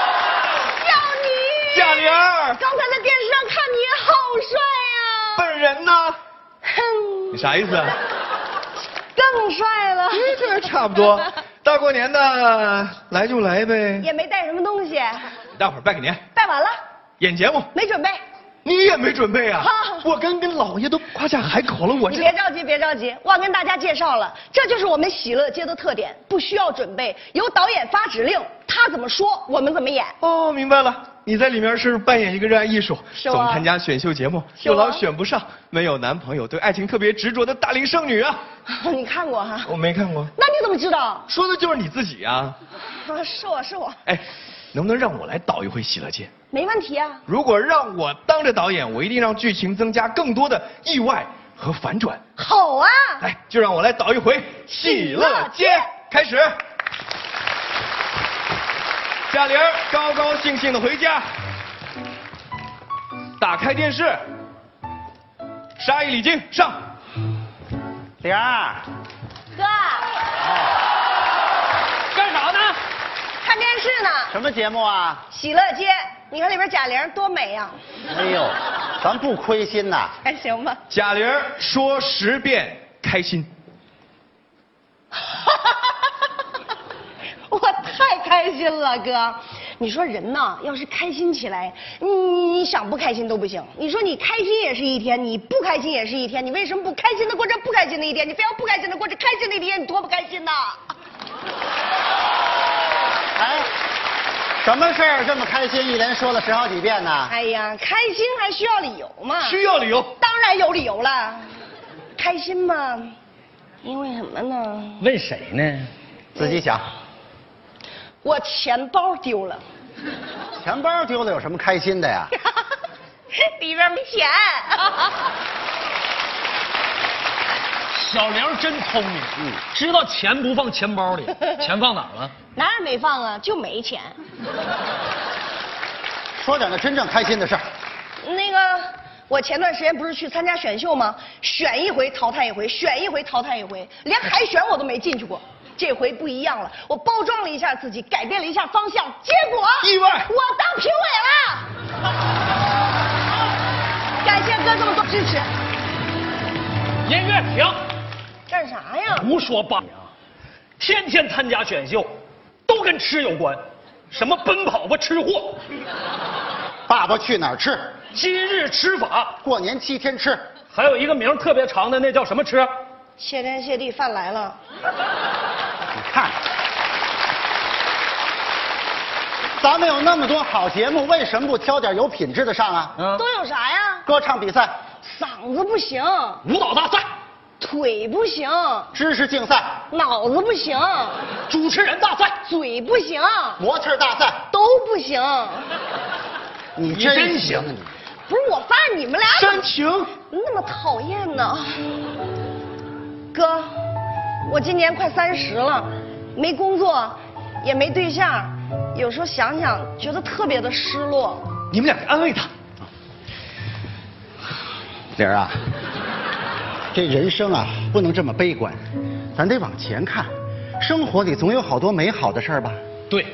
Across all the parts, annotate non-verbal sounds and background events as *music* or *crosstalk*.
啊你啥意思啊？更帅了，哎，这还差不多。大过年的，来就来呗。也没带什么东西，大伙儿拜个年，拜完了，演节目，没准备。你也没准备啊哈？我刚跟老爷都夸下海口了，我你这别着急，别着急，忘跟大家介绍了，这就是我们喜乐街的特点，不需要准备，由导演发指令，他怎么说我们怎么演。 *laughs* 哦，明白了。你在里面是扮演一个热爱艺术，是我总参加选秀节目，是又我老选不上，没有男朋友，对爱情特别执着的大龄剩女啊！你看过哈？我没看过，那你怎么知道？说的就是你自己啊！啊 *laughs* 是我是我，哎，能不能让我来导一回喜乐街？没问题啊。如果让我当着导演，我一定让剧情增加更多的意外和反转。好啊，来，就让我来导一回《喜乐街》，开始。贾玲儿高高兴兴的回家，打开电视，沙溢、李菁上，玲儿，哥，哦干啥呢？看电视呢，什么节目啊？ 《喜乐街》，你看里边贾玲多美呀、啊哎呦，咱不亏心呐。还哎行吧？贾玲儿说十遍开心，我太开心了，哥。你说人呐，要是开心起来，你你想不开心都不行。你说你开心也是一天，你不开心也是一天，你为什么不开心的过这不开心的一天？你非要不开心的过这开心的一天，你多不开心呐！哎，什么事儿这么开心，一连说了十好几遍呢？哎呀，开心还需要理由吗？需要理由。当然有理由了。开心嘛，因为什么呢？问谁呢？自己想，我钱包丢了，钱包丢了有什么开心的呀？ *laughs* 里边没钱。小玲真聪明，知道钱不放钱包里，钱放哪儿了？哪儿也没放啊，就没钱。说点那真正开心的事儿。那个，我前段时间不是去参加选秀吗？选一回淘汰一回，选一回淘汰一回，连海选我都没进去过。这回不一样了，我包装了一下自己，改变了一下方向，结果意外我当评委了。感谢哥这么多支持，音乐停，干啥呀？胡说八道！天天参加选秀，都跟吃有关，什么奔跑吧吃货，爸爸去哪儿吃？今日吃法，过年七天吃。还有一个名儿特别长的，那叫什么吃？谢天谢地，饭来了。你看，咱们有那么多好节目，为什么不挑点有品质的上啊？嗯，都有啥呀？歌唱比赛、嗓子不行，舞蹈大赛，腿不行，知识竞赛、脑子不行，主持人大赛，嘴不行，模特大赛，都不行。你真真行你不是，我发现你们俩怎么煽情，那么讨厌呢。哥，我今年快三十了，没工作，也没对象，有时候想想觉得特别的失落。你们两个安慰他。玲儿啊，这人生啊不能这么悲观，咱得往前看，生活里总有好多美好的事儿吧。对，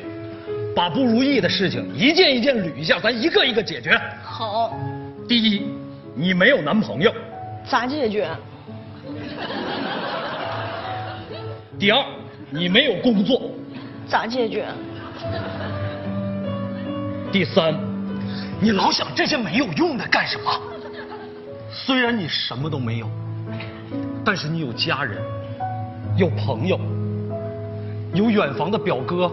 把不如意的事情一件一件捋一下，咱一个一个解决。好，第一，你没有男朋友；咋解决？第二，你没有工作；咋解决？第三，你老想这些没有用的干什么？虽然你什么都没有，但是你有家人，有朋友，有远房的表哥，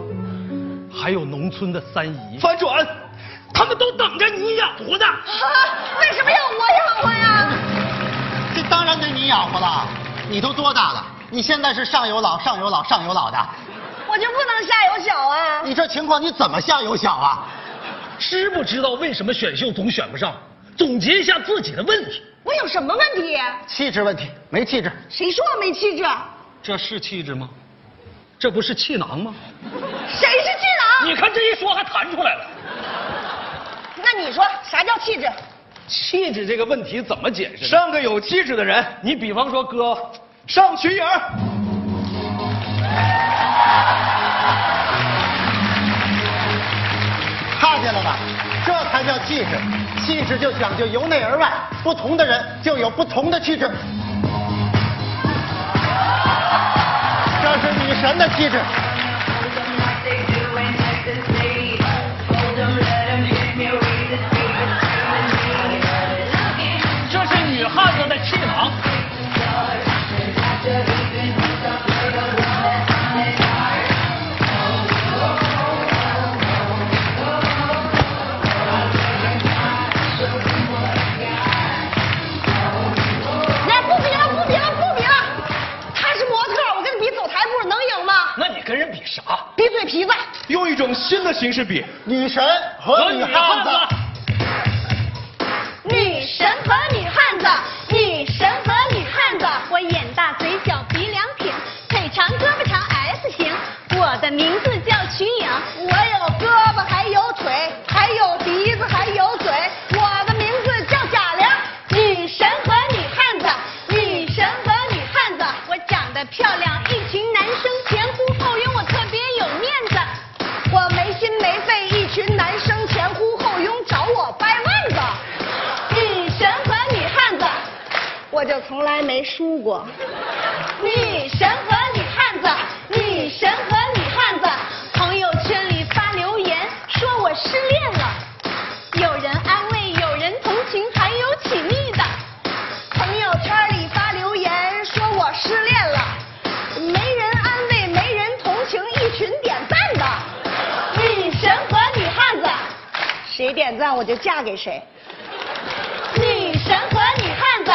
还有农村的三姨，反转，他们都等着你养活呢。啊，为什么要我养活呀？这当然得你养活了，你都多大了？你现在是上有老上有老上有老的，我就不能下有小啊？你这情况你怎么下有小啊？知不知道为什么选秀总选不上？总结一下自己的问题，我有什么问题？气质问题，没气质。谁说我没气质？这是气质吗？这不是气囊吗？谁是智囊？你看这一说还弹出来了。那你说啥叫气质？气质这个问题怎么解释呢？上个有气质的人，你比方说哥，上群演儿。看见了吧？这才叫气质，气质就讲究由内而外，不同的人就有不同的气质。人的气质。这是女汉子的气囊。来，不比了，不比了，不比了。他是模特，我跟你比走台步，能赢吗？那你跟人比啥？比嘴皮子。用一种新的形式比，女神和女汉子。女神和女汉子，女神和女汉子，我眼大嘴小鼻梁挺，腿长胳膊长 S 型，我的名字叫瞿颖，我有胳膊，还有腿，还有鼻子，还有嘴。我的名字叫贾玲。女神和女汉子，女神和女汉子，我长得漂亮，一群男生前呼后拥，我特别有面子，我没心没肺，一群男生前呼后拥找我掰腕子。女神和女汉子，我就从来没输过。女神和女汉子，女神和女汉子，朋友圈里发留言说我失恋了，有人安慰，有人同情，还有起腻的。朋友圈里发留言说我失恋了，没人安慰，没人同情，一群点赞的。女神和女汉子，谁点赞我就嫁给谁。女神和女汉子，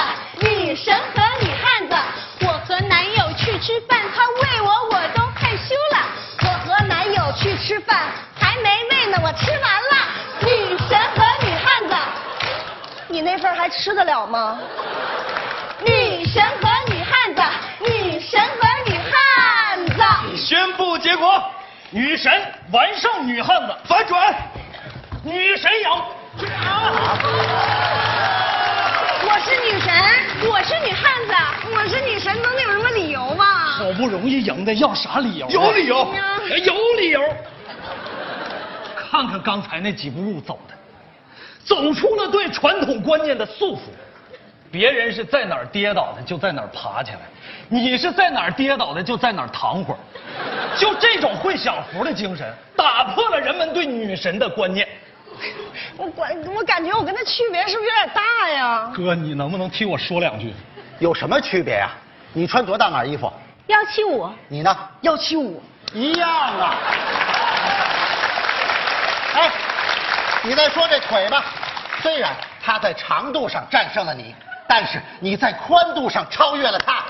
女神和女汉子，我和男友去吃饭，他喂我，我都害羞了。我和男友去吃饭，还没喂呢，我吃完了。女神和女汉子。你那份还吃得了吗？女神和女汉子，女神和女汉子，宣布结果，女神完胜女汉子，反转。女神赢。我是女神，我是女汉子，我是女神，能有什么理由吗？好不容易赢的，要啥理由啊？有理由，哎有理由。看看刚才那几步路走的，走出了对传统观念的束缚。别人是在哪儿跌倒的就在哪儿爬起来，你是在哪儿跌倒的就在哪儿躺会儿。就这种会享福的精神，打破了人们对女神的观念。我感我感觉我跟他区别是不是有点大呀？哥，你能不能替我说两句？有什么区别呀、啊你穿多大码衣服？幺七五，你呢？幺七五，一样啊。哎，你再说这腿吧，虽然它在长度上战胜了你，但是你在宽度上超越了它。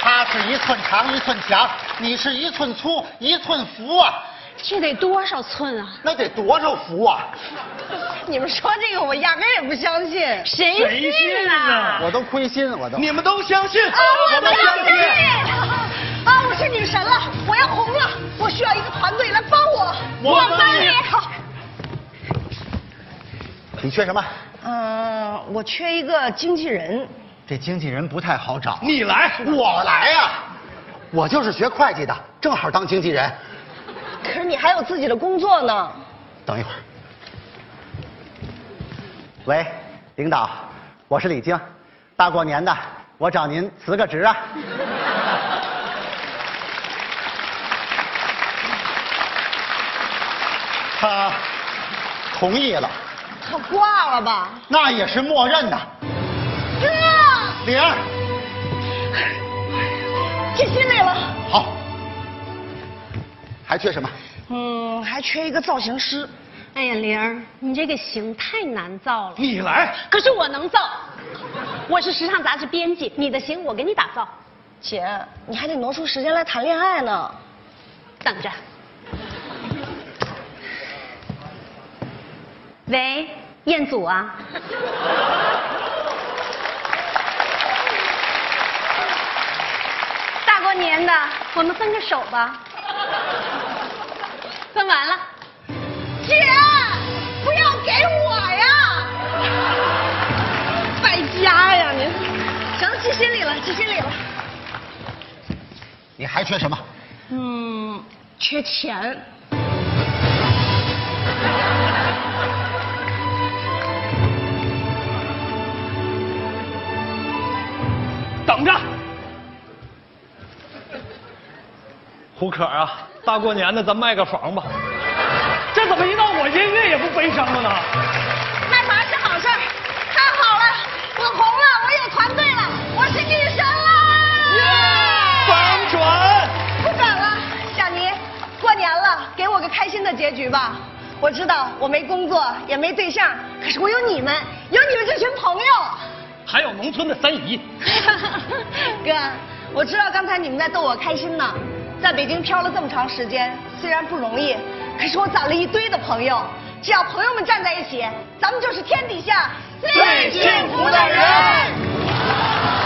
它是一寸长一寸强，你是一寸粗一寸福啊，这得多少寸啊？那得多少福啊！你们说这个我压根儿也不相信。谁谁信啊？我都亏心，我都你们都相信，啊哦我们相信。啊，我是女神了，我要红了，我需要一个团队来帮我。我帮你好。你缺什么？嗯、我缺一个经纪人。这经纪人不太好找。你来，我来呀、我就是学会计的，正好当经纪人。可是你还有自己的工作呢。等一会儿。喂，领导，我是李菁，大过年的，我找您辞个职啊。 *laughs* 他同意了，他挂了吧？那也是默认的。哥，玲儿，这心累了。好，还缺什么？嗯，还缺一个造型师。哎呀，玲儿，你这个型太难造了。你来，可是我能造，我是时尚杂志编辑，你的型我给你打造。姐，你还得挪出时间来谈恋爱呢。等着。喂，彦祖啊，大过年的，我们分个手吧。分完了，姐，啊不要给我呀！败家呀您！行，记心里了，记心里了。你还缺什么？嗯，缺钱。等着，胡可啊，大过年的咱卖个房吧。这怎么一到我音乐也不悲伤了呢？卖房是好事儿，看好了，我红了，我有团队了，我是女神啦！反转。啊不敢了，小尼，过年了，给我个开心的结局吧。我知道我没工作，也没对象，可是我有你们，有你们这群朋友。还有农村的三姨， *laughs* 哥，我知道刚才你们在逗我开心呢。在北京漂了这么长时间，虽然不容易，可是我攒了一堆的朋友。只要朋友们站在一起，咱们就是天底下最幸福的人。